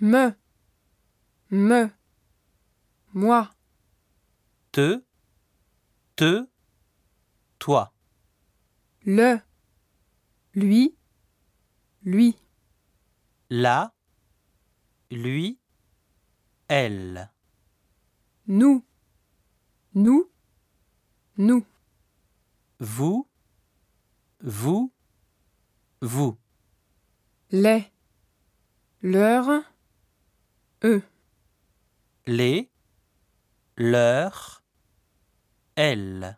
me, me, moi, te, te, toi, le, lui, lui, la, lui, elle, nous, nous, nous, vous, vous, vous, les, leur, eux, les, leur, elles.